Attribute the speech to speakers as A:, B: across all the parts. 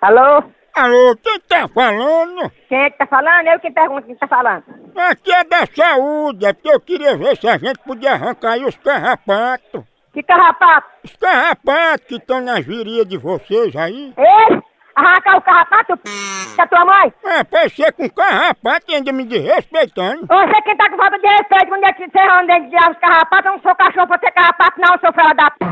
A: Alô?
B: Alô, quem tá falando?
A: Quem é que tá falando? Eu que pergunto quem tá falando.
B: Aqui é da saúde, é porque eu queria ver se a gente podia arrancar aí os carrapatos.
A: Que carrapato?
B: Os carrapatos que estão nas virias de vocês aí.
A: Ei! Arrancar o carrapato p... da tua mãe?
B: Ah, pode ser com carrapato e ainda me desrespeitando.
A: Você quem tá com falta de respeito, quando é que você anda de diabo, os carrapatos? Eu não sou cachorro pra ser carrapato, não, seu filho da p...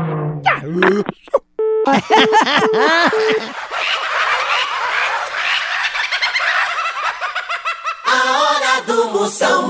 C: A hora do Moção